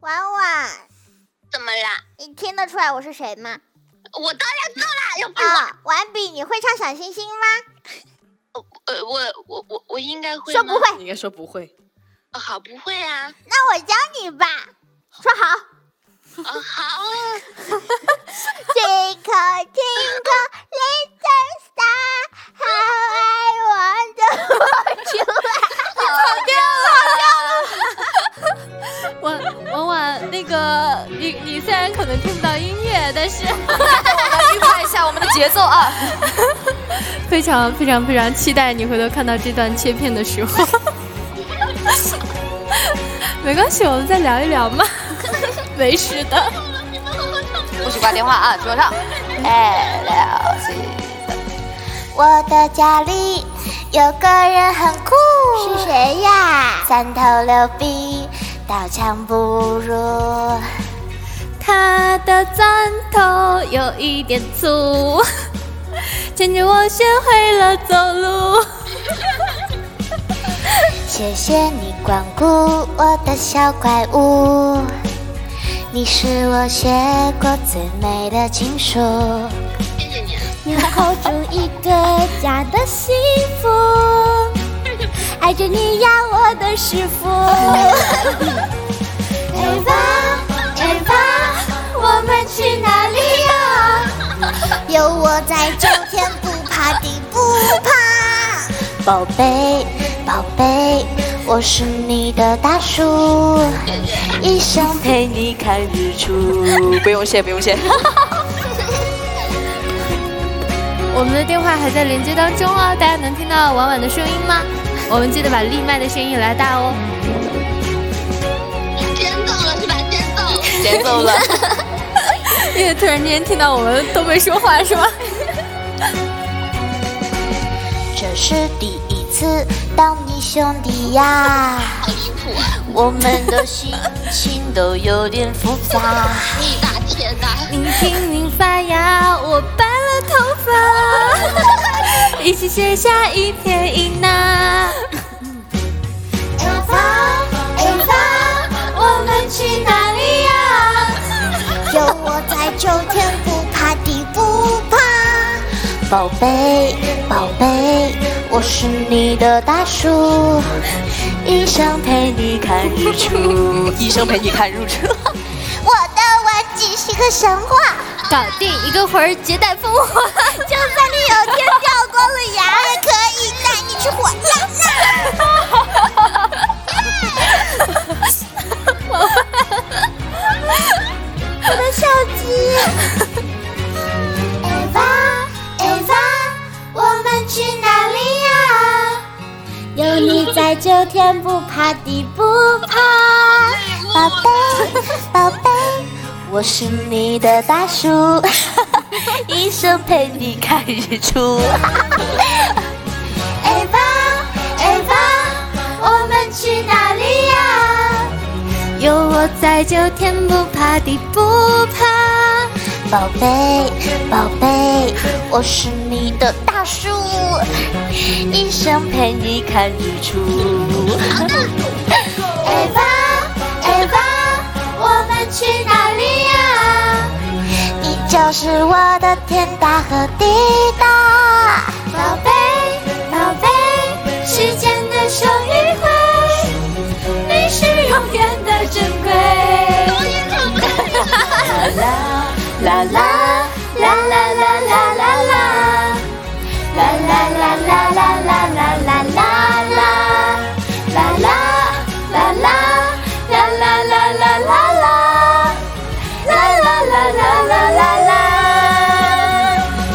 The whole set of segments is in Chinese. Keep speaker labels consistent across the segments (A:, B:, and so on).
A: 婉婉，
B: 怎么啦？
A: 你听得出来我是谁吗？
B: 我当然知道啦，要不哎我
A: 啊，婉比，你会唱小星星吗？
B: 呃我我我我应该会
A: 说
B: 吗
A: 不会，
C: 你应该说不会。
B: 呃好不会啊，
A: 那我教你吧。说好，
B: 呃好啊，
A: Twinkle twinkle little star, how I wonder what you are。
D: 婉婉婉，那个你你虽然可能听不到音乐，但 是
E: 愉快一下我们的节奏啊！
D: 非常非常非常期待你回头看到这段切片的时候。 没关系，我们再聊一聊 嘛，没事的。
E: 不许挂电话啊，桌上。哎，了解。
A: 我的家里有个人很酷，是谁呀？三头六臂，刀枪不入。
D: 他的钻头有一点粗，牵着我学会了走路。
A: 谢谢你光顾我的小怪物，你是我写过最美的情书。
B: 谢谢你啊，
A: 你会 hold 住一个家的幸 福，爱着你呀，我的师 傅。哎吧，哎吧，我们去哪里呀？有我在，就天不怕地不怕。宝贝，宝贝，我是你的大叔，一生陪你看日出。
E: 不用谢，不用谢。
D: 我们的电话还在连接当中哦，大家能听到婉婉的声音吗？我们记得把立麦的声音也来大哦。
B: 先走了是吧？先走了。
E: 节奏了，
D: 因为突然间听到我们都没说话是吗？
A: 这是第一次当你兄弟呀，
B: 好离谱啊！
A: 我们的心情都有点复杂。
B: 你大天呐，
D: 你听你发芽，我白了头发， 一起写下一撇一捺。
A: 哎吧，哎吧，我们去哪里呀？有我在，就天不怕地不怕。宝贝，宝贝，我是你的大叔，一生陪你看日出。
E: 医生陪你看日出。
A: 我的玩具是个神话，
D: 搞定，一个魂儿绝代风华。
A: 就算你有天掉光了牙，我也可以带你去火辣辣。 我的手机。哎吧，哎吧，我们去哪里呀？ 有你在，就天不怕地不怕。
B: 哎
A: 宝贝，宝贝，我是你的大叔， 一生陪你看日出。 哎吧，哎吧，我们去哪里呀？
D: 有我在，就天不怕地不怕。
A: 宝贝，宝贝，我是你的大叔，一生陪你看日出。 哎吧，哎吧，我们去哪里呀？你就是我的天大和地大，宝贝，宝贝，时间的手一挥，你是永远的珍贵。啦啦啦啦啦啦啦啦，啦啦啦啦啦啦啦啦啦啦，啦啦啦啦啦啦啦啦啦啦，啦啦啦啦啦啦啦。
D: 婉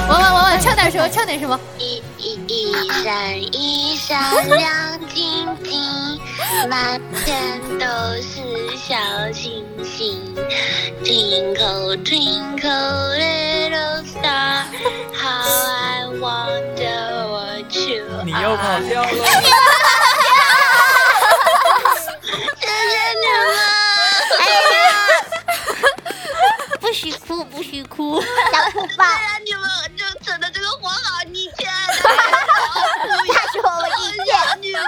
D: 婉婉婉，唱点什么？唱点什么？
B: 一一一闪一闪亮晶晶，满天都是小星星。Twinkle twinkle little star, how I wonder what you are。
F: 你又跑调了。
B: 谢谢你们，
A: 不许哭，不许哭，小哭包。
B: 那你们就整的这个活好逆天啊，
A: 他说我一
B: 我
A: 见。
B: 想你们。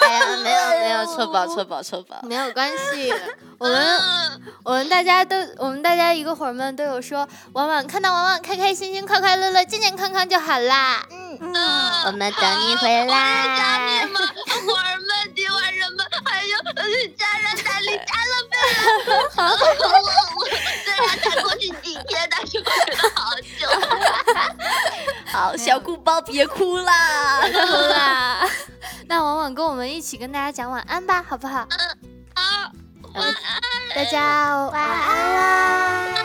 A: 哎呀，没有没有错
D: 撤吧，撤吧，撤吧。
G: 没有关系，我们我们大家都我们大家一个伙伴都有说，婉婉看到婉婉开开心心、快快乐乐、健健康康就好啦。
H: 嗯，
B: 嗯
H: 我们等你回来。
B: 我是家里吗？玩们今晚人们，还有家人打理家了呗。我我我虽然才过去几天，但是我觉得好久。
D: 好，小鼓包别哭啦。
G: 好啦，那婉婉跟我们一起跟大家讲晚安吧，好不好？
B: 好，晚安。
G: 大家晚
H: 晚安啦。